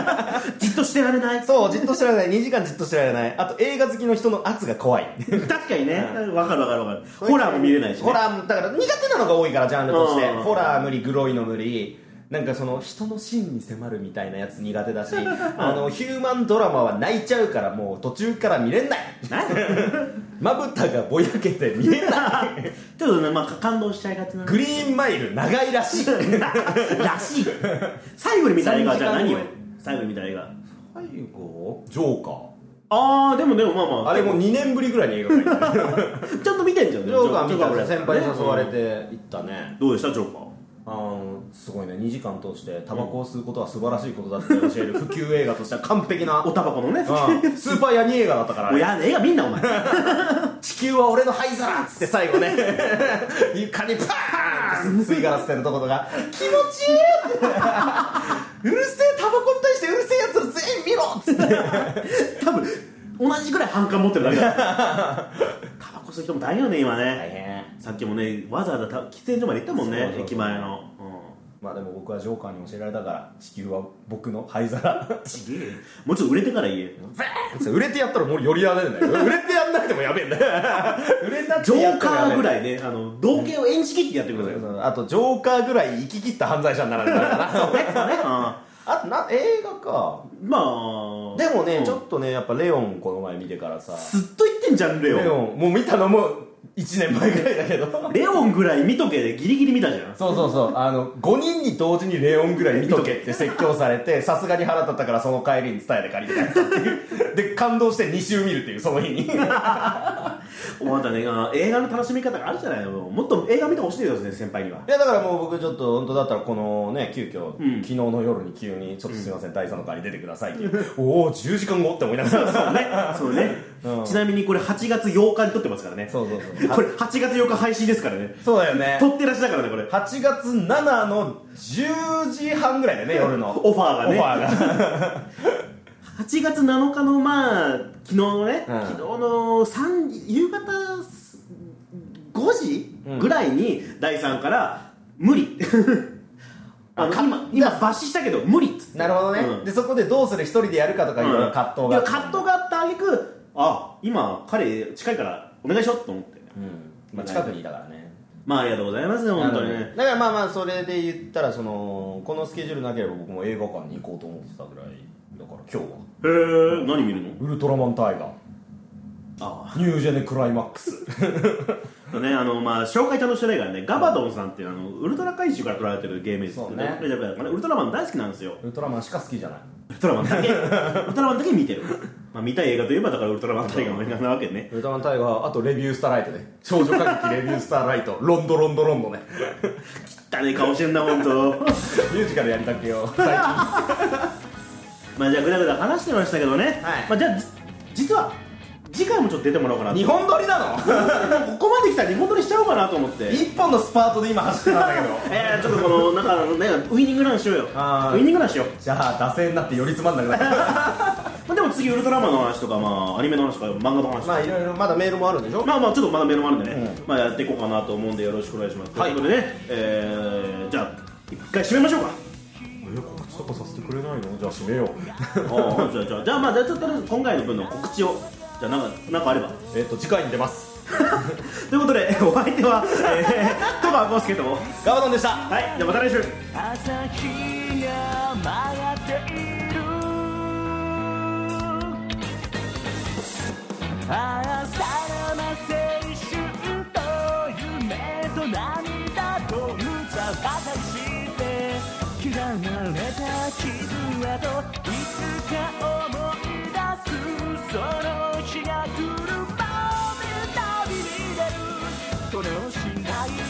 Speaker 2: から
Speaker 1: じっとしてられない
Speaker 2: そうじっとしてられない2時間じっとしてられないあと映画好きの人の圧が怖い
Speaker 1: 確かにねわかるわかるわかる ホラーも見れないし、ね、
Speaker 2: ホラーだから苦手なのが多いからジャンルとして
Speaker 1: うん
Speaker 2: ホラー無理グロいの無理なんかその人の芯に迫るみたいなやつ苦手だ しあのヒューマンドラマは泣いちゃうからもう途中から見れない まぶたがぼやけて見えない
Speaker 1: ちょっとね、まあ、感動しちゃいがちな
Speaker 2: グリーンマイル長いらしい
Speaker 1: らしい最後に見た映画じゃあ何よ
Speaker 2: 三時間
Speaker 1: 最後に見た映画
Speaker 2: 最後ジョーカー
Speaker 1: ああでもでもまあまあ
Speaker 2: あれもう2年ぶりぐらいに映画館行った
Speaker 1: ちゃんと見てんじゃん
Speaker 2: ジョーカー見た
Speaker 1: ジョ
Speaker 2: ら先輩に誘われ
Speaker 1: ね
Speaker 2: て行ったね
Speaker 1: どうでしたジョーカー
Speaker 2: あのすごいね2時間通してタバコを吸うことは素晴らしいことだって教える普及映画としては完璧な
Speaker 1: おたばこのね
Speaker 2: うんスーパーヤニ映画だったからあ
Speaker 1: もう
Speaker 2: れ
Speaker 1: やだ映画見んなお前
Speaker 2: 地球は俺の灰皿っつって最後ね床にパーンって吸い殻捨てるところが気持ちいいってうるせえタバコに対してうるせえやつら全員見ろっつって
Speaker 1: 多分同じぐらい反感持ってるだけだ タバコ吸う人も大変よね今ね
Speaker 2: 大変
Speaker 1: さっきもねわざわざた喫煙所まで行ったもんね
Speaker 2: そうそうそう
Speaker 1: 駅前の、
Speaker 2: まあでも僕はジョーカーに教えられたから地球は僕の灰皿
Speaker 1: うん、ちげえよもうちょっと売れてから言え
Speaker 2: 売れてやったらもうよりやべえんだよ売れてやんなくてもやべえんだよ売れなく
Speaker 1: ジ
Speaker 2: てや
Speaker 1: ョー
Speaker 2: って
Speaker 1: カ
Speaker 2: もやべ
Speaker 1: ー
Speaker 2: え
Speaker 1: ぐらいねあの同型を演じ切ってやってください、
Speaker 2: あとジョーカーぐらい生き切った犯罪者にならないからな
Speaker 1: そうねそうね、う
Speaker 2: あとな映画か
Speaker 1: ん、まあ
Speaker 2: でもね、
Speaker 1: うん
Speaker 2: ちょっとねやっぱレオンこの前見てからさ
Speaker 1: ずっと言ってんじゃんレオン
Speaker 2: レ
Speaker 1: レ
Speaker 2: オ
Speaker 1: オ
Speaker 2: ンもう見たのも1年前ぐらいだけど
Speaker 1: ンぐらい見とけでギリギリ見たじゃん
Speaker 2: そうそうそうあの5人に同時にレオンぐらい見とけって説教され てさすがに腹立ったからその帰りに伝えて借りて帰ったっていうで感動して2週見る っていうその日に
Speaker 1: またねあ映画の楽しみ方があるじゃないのもっと映画見てほしいですね先輩にはい
Speaker 2: やだからもう僕ちょっと本当だったらこのね急遽、
Speaker 1: ん
Speaker 2: 昨日の夜に急に「ちょっとすいません、第3の代わり出てください」って「おお10時間後」って思いながら
Speaker 1: そうねそうね、
Speaker 2: うん
Speaker 1: ちなみにこれ8月8日に撮ってますからね
Speaker 2: そうそうそう
Speaker 1: これ8月8日配信ですからね
Speaker 2: そうだよね
Speaker 1: 撮ってらっしゃだからねこれ
Speaker 2: 8月7の10時半ぐらいだよね夜の
Speaker 1: オファーがね
Speaker 2: オファーが
Speaker 1: 8月7日のまあ昨日のね、
Speaker 2: うん
Speaker 1: 昨日の三夕方5時
Speaker 2: うん
Speaker 1: ぐらいに第3から「無 理」あの今今抜歯したけど無理っつって
Speaker 2: なるほどね、
Speaker 1: うん
Speaker 2: でそこでどうする一人でやるかとかいろいろ葛藤があ
Speaker 1: い
Speaker 2: っ
Speaker 1: や
Speaker 2: た
Speaker 1: 葛藤があったあげくあ今彼近いからお願いしようと思って
Speaker 2: うんまあ、近くにいたからね
Speaker 1: まあありがとうございますね本当に
Speaker 2: なので
Speaker 1: ね
Speaker 2: だからまあまあそれで言ったらそのこのスケジュールなければ僕も映画館に行こうと思ってたぐらいだから今日
Speaker 1: へ
Speaker 2: は
Speaker 1: え何見るの
Speaker 2: 「ウルトラマンタイガー」
Speaker 1: あ
Speaker 2: ニュージェネクライマックス
Speaker 1: あねあのまあ紹介ちゃんとしてないからねガバドンさんっていうあのウルトラ怪獣から取られてるゲームです
Speaker 2: そうね
Speaker 1: ウルトラマン大好きなんですよ
Speaker 2: ウルトラマンしか好きじゃない
Speaker 1: ウルトラマンだけウルトラマンだけ見てる、まあ、見たい映画といえばだからウルトラマン大河の映画なわけね
Speaker 2: ウルトラマンタイガーあとレビュースターライトね少女歌劇レビュースターライトロンドロンドロンド ね
Speaker 1: 汚い顔してんな本当。
Speaker 2: ミュージカルやりたけよ最近
Speaker 1: まあじゃあぐだぐだ話してましたけどね、
Speaker 2: はい
Speaker 1: まあ、じゃあじ実は次回もちょっと出てもらおうかなと
Speaker 2: 日本撮りなの
Speaker 1: ここまで来たら日本撮りしちゃおうかなと思って
Speaker 2: 一本のスパートで今走ってたんだけど
Speaker 1: えー、ちょっとこのなんかねウイニングランしようよウ
Speaker 2: あー
Speaker 1: イニングランしよう、
Speaker 2: じゃあ打線になってよりつまんなくなった
Speaker 1: まあ、でも次ウルトラマンの話とか、まあ、アニメの話とか漫画の話とか、
Speaker 2: まあいろいろまだメールもあるんでしょ
Speaker 1: まあまあちょっとまだメールもあるんでね、まあやっていこうかなと思うんでよろしくお願いします、
Speaker 2: はい
Speaker 1: ということでね、えー、じゃあ一回締めましょうか
Speaker 2: え告知とかさせてくれないのじゃあ閉めよう
Speaker 1: ああじゃあじゃあじゃあまあじゃあちょっとりあえず今回の分の告知をじゃあなんかなんかあれば
Speaker 2: えっと次回に出ます
Speaker 1: ということでお相手はえー、戸川浩介とは
Speaker 2: ガバドンでした
Speaker 1: いじゃあまた来週
Speaker 4: 朝日が曲がっているああさらば青春と夢と涙と無茶ばかりして刻まれた傷跡いつか思い出すその日が来るのを見るたびに出るこれをしない